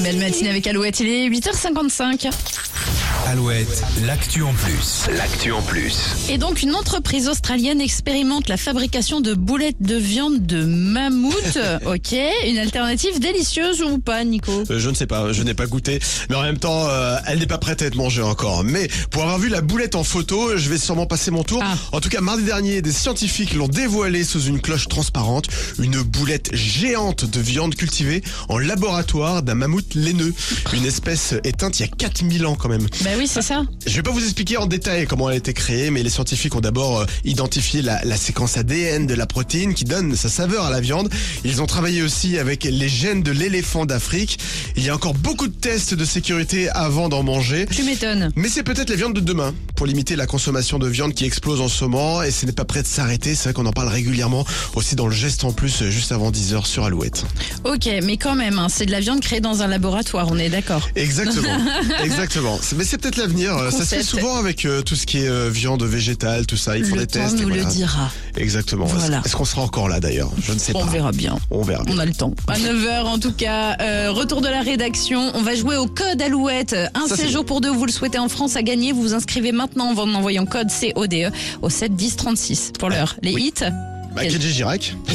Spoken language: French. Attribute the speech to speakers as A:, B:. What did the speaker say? A: Belle matinée avec Alouette, il est 8h55.
B: Alouette, l'actu en plus.
C: L'actu en plus.
A: Et donc, une entreprise australienne expérimente la fabrication de boulettes de viande de mammouth. ok, une alternative délicieuse ou pas, Nico
D: Euh, Je ne sais pas, je n'ai pas goûté. Mais en même temps, euh, elle n'est pas prête à être mangée encore. Mais pour avoir vu la boulette en photo, je vais sûrement passer mon tour.
A: Ah.
D: En tout cas, mardi dernier, des scientifiques l'ont dévoilée sous une cloche transparente, une boulette géante de viande cultivée en laboratoire d'un mammouth laineux, une espèce éteinte il y a 4000 ans quand même.
A: Bah oui, c'est ça.
D: Je vais pas vous expliquer en détail comment elle a été créée, mais les scientifiques ont d'abord euh, identifié la, la séquence ADN de la protéine qui donne sa saveur à la viande. Ils ont travaillé aussi avec les gènes de l'éléphant d'Afrique. Il y a encore beaucoup de tests de sécurité avant d'en manger.
A: Tu m'étonnes.
D: Mais c'est peut-être la viande de demain pour limiter la consommation de viande qui explose en ce moment et ce n'est pas prêt de s'arrêter. C'est vrai qu'on en parle régulièrement aussi dans le geste en plus euh, juste avant 10h sur Alouette.
A: Ok, mais quand même, hein, c'est de la viande créée dans un laboratoire, on est d'accord.
D: Exactement, exactement. C'est- Mais c'est peut-être l'avenir. Euh, Ça se fait
A: concept.
D: souvent avec euh, tout ce qui est euh, viande végétale, tout ça. Ils font
A: Le
D: des
A: temps
D: tests. et
A: nous le
D: voilà.
A: dira.
D: Exactement.
A: Voilà.
D: Est-ce qu'on sera encore là d'ailleurs Je ne sais
A: On
D: pas.
A: verra bien.
D: On verra. bien.
A: On a le temps. À 9h en tout cas, euh, retour de la rédaction. On va jouer au code Alouette. Un
D: Ça, c'est
A: séjour pour deux, vous le souhaitez en France à gagner. Vous vous inscrivez maintenant E en envoyant code CODE au 7 10 36. Pour l'heure, les hits.
D: Bah, Kenji Girac